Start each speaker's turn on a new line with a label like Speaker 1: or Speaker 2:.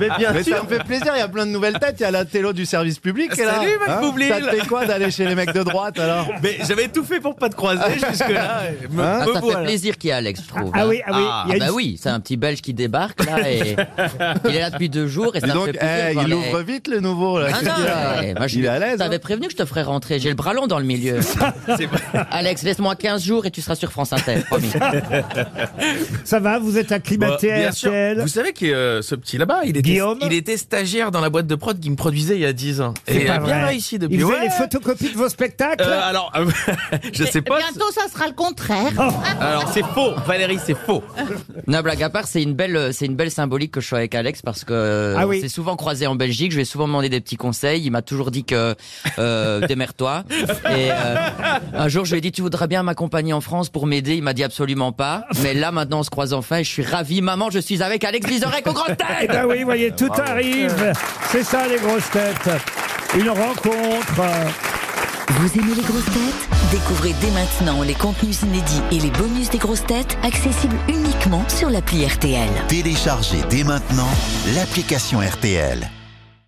Speaker 1: Mais bien
Speaker 2: Mais
Speaker 1: sûr.
Speaker 2: ça me fait plaisir, il y a plein de nouvelles têtes, il y a la télo du service public. et là, Hein
Speaker 1: Salut, Mac Boublil.
Speaker 2: Ça te fait quoi d'aller chez les mecs de droite alors
Speaker 1: Mais j'avais tout fait pour pas te croiser jusque-là. et Me,
Speaker 2: Hein
Speaker 3: Ah,
Speaker 1: me
Speaker 3: ça fait
Speaker 1: voilà.
Speaker 3: plaisir qu'il y a Alex, je trouve.
Speaker 4: bah, Ah
Speaker 3: hein.
Speaker 4: oui, ah oui, il y a
Speaker 3: bah
Speaker 4: une-
Speaker 3: oui, c'est un petit Belge qui débarque là et il est là depuis deux jours et ça
Speaker 2: Dis
Speaker 3: me
Speaker 2: donc,
Speaker 3: fait plaisir.
Speaker 2: eh,
Speaker 3: de voir
Speaker 2: il
Speaker 3: les-
Speaker 2: ouvre vite le nouveau. Là.
Speaker 3: Ah non, mais moi, je-
Speaker 2: il est à l'aise.
Speaker 3: T'avais
Speaker 2: hein.
Speaker 3: prévenu que je te ferais rentrer. J'ai le bras long dans le milieu.
Speaker 1: C'est vrai.
Speaker 3: Alex, laisse-moi 15 jours et tu seras sur France Inter, promis.
Speaker 4: Ça va, vous êtes acclimaté
Speaker 1: Bah,
Speaker 4: à
Speaker 1: bien sûr.
Speaker 4: RTL
Speaker 1: Vous savez que euh, ce petit là-bas, il était,
Speaker 4: Guillaume
Speaker 1: il était stagiaire dans la boîte de prod qui me produisait il y a 10 ans.
Speaker 4: C'est
Speaker 1: Et il
Speaker 4: pas
Speaker 1: a bien
Speaker 4: vrai.
Speaker 1: réussi depuis.
Speaker 4: Il fait
Speaker 1: Ouais.
Speaker 4: les photocopies de vos spectacles
Speaker 1: Euh, alors, euh, je
Speaker 3: Eh
Speaker 1: sais pas.
Speaker 5: Bientôt, ça sera le contraire.
Speaker 1: Alors c'est faux, Valérie, c'est faux.
Speaker 3: Non, blague à part, c'est une belle, euh, c'est une belle symbolique que je sois avec Alex parce que euh,
Speaker 4: Ah oui.
Speaker 3: on s'est souvent croisé en Belgique. Je lui ai souvent demandé des petits conseils. Il m'a toujours dit que euh, démerde-toi. Et euh, un jour, je lui ai dit tu voudrais bien m'accompagner en France pour m'aider. Il m'a dit absolument pas. Mais là, maintenant, on se croise enfin. Et je suis ravi, maman. Je suis avec Alex Vizorek au grand
Speaker 4: Eh
Speaker 3: tête.
Speaker 4: ben oui, voyez, tout arrive. C'est ça, les grosses têtes. Une rencontre. euh,
Speaker 6: Vous aimez les grosses têtes Découvrez dès maintenant les contenus inédits et les bonus des grosses têtes accessibles uniquement sur l'appli RTL.
Speaker 7: Téléchargez dès maintenant l'application RTL.